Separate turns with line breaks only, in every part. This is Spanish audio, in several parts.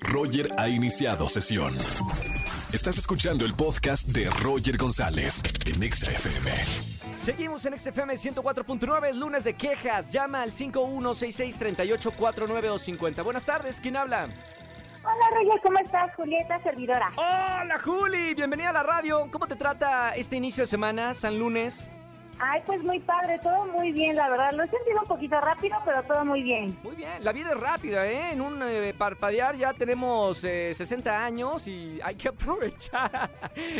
Roger ha iniciado sesión. Estás escuchando el podcast de Roger González en Exa FM.
Seguimos en XFM 104.9, lunes de quejas. Llama al 5166-3849 o 50. Buenas tardes, ¿quién habla?
Hola Roger, ¿cómo estás? Julieta, servidora.
Hola Juli, bienvenida a la radio. ¿Cómo te trata este inicio de semana, San Lunes?
Ay, pues muy padre, todo muy bien, la verdad. Lo he sentido un poquito rápido, pero todo muy bien.
Muy bien, la vida es rápida, ¿eh? En un eh, parpadear ya tenemos eh, 60 años y hay que aprovechar.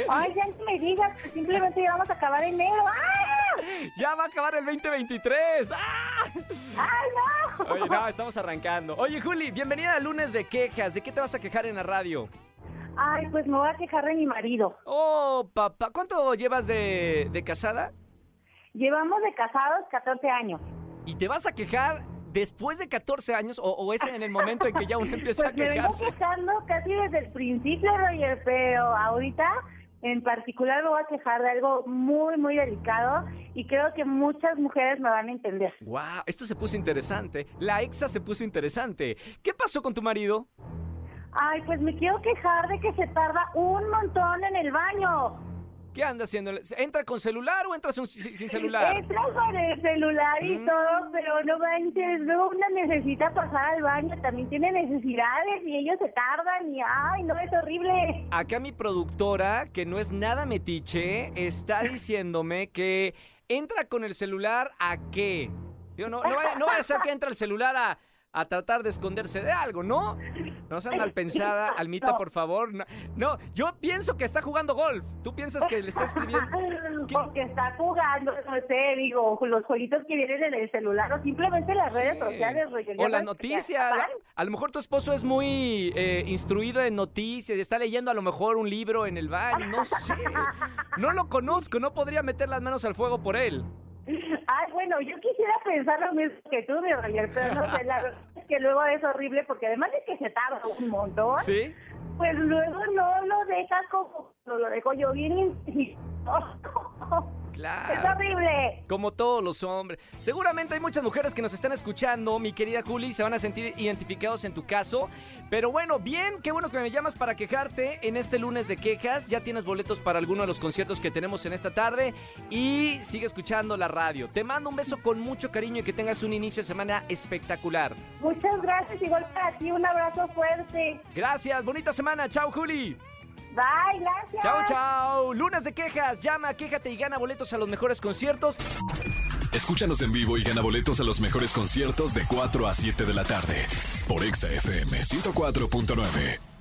Ay, ya ni me digas que simplemente ya vamos a acabar enero. ¡Ah!
ya va a acabar el 2023. ¡Ah!
¡Ay, no!
Oye, no, estamos arrancando. Oye Juli, bienvenida al lunes de quejas. ¿De qué te vas a quejar en la radio?
Ay, pues me voy a quejar de mi marido.
Oh, papá, ¿cuánto llevas de, de casada?
Llevamos de casados 14 años.
¿Y te vas a quejar después de 14 años o, o es en el momento en que ya uno empieza
Pues me
a
vengo
quejarse?
quejando casi desde el principio, Roger, pero ahorita en particular me voy a quejar de algo muy, muy delicado y creo que muchas mujeres me van a entender.
Wow, esto se puso interesante. La exa se puso interesante. ¿Qué pasó con tu marido?
Ay, pues me quiero quejar de que se tarda un montón en el baño.
¿Qué anda haciendo? ¿Entra con celular o entras sin, sin celular?
Entra con el celular y
Mm.
todo, pero no manches, luego una necesita pasar al baño, también tiene necesidades y ellos se tardan y ay, no, es horrible.
Acá mi productora, que no es nada metiche, está diciéndome que entra con el celular a qué. Digo, no, no, vaya, no vaya a ser que entra el celular a, a tratar de esconderse de algo, ¿no? No sean mal pensada, Almita, por favor. No, no, yo pienso que está jugando golf. Tú piensas que le está escribiendo. ¿Qué?
Porque está jugando, no sé, digo, los jueguitos que vienen en el celular o simplemente en las redes
Sí.
sociales, Roger.
O las
ya sabes que te
noticias.
atrapan.
A lo mejor tu esposo es muy eh, instruido en noticias y está leyendo a lo mejor un libro en el baño. No sé. No lo conozco. No podría meter las manos al fuego por él.
Ay, bueno, yo quisiera pensar lo mismo que tú, mi Roger, pero no sé, la verdad es que luego es horrible porque además de que se tarda un montón,
¿Sí?
pues luego no lo dejas como lo, lo dejo yo bien indeciso. Es
Claro.
horrible.
Como todos los hombres. Seguramente hay muchas mujeres que nos están escuchando, mi querida Juli, se van a sentir identificados en tu caso. Pero bueno, bien, qué bueno que me llamas para quejarte en este lunes de quejas. Ya tienes boletos para alguno de los conciertos que tenemos en esta tarde y sigue escuchando la radio. Te mando un beso con mucho cariño y que tengas un inicio de semana espectacular.
Muchas gracias, igual para ti, un abrazo fuerte.
Gracias, bonita semana. Chao, Juli.
Bye, gracias.
Chao, chao. Lunes de quejas. Llama, quéjate y gana boletos a los mejores conciertos.
Escúchanos en vivo y gana boletos a los mejores conciertos de 4 a 7 de la tarde por Exa FM 104.9.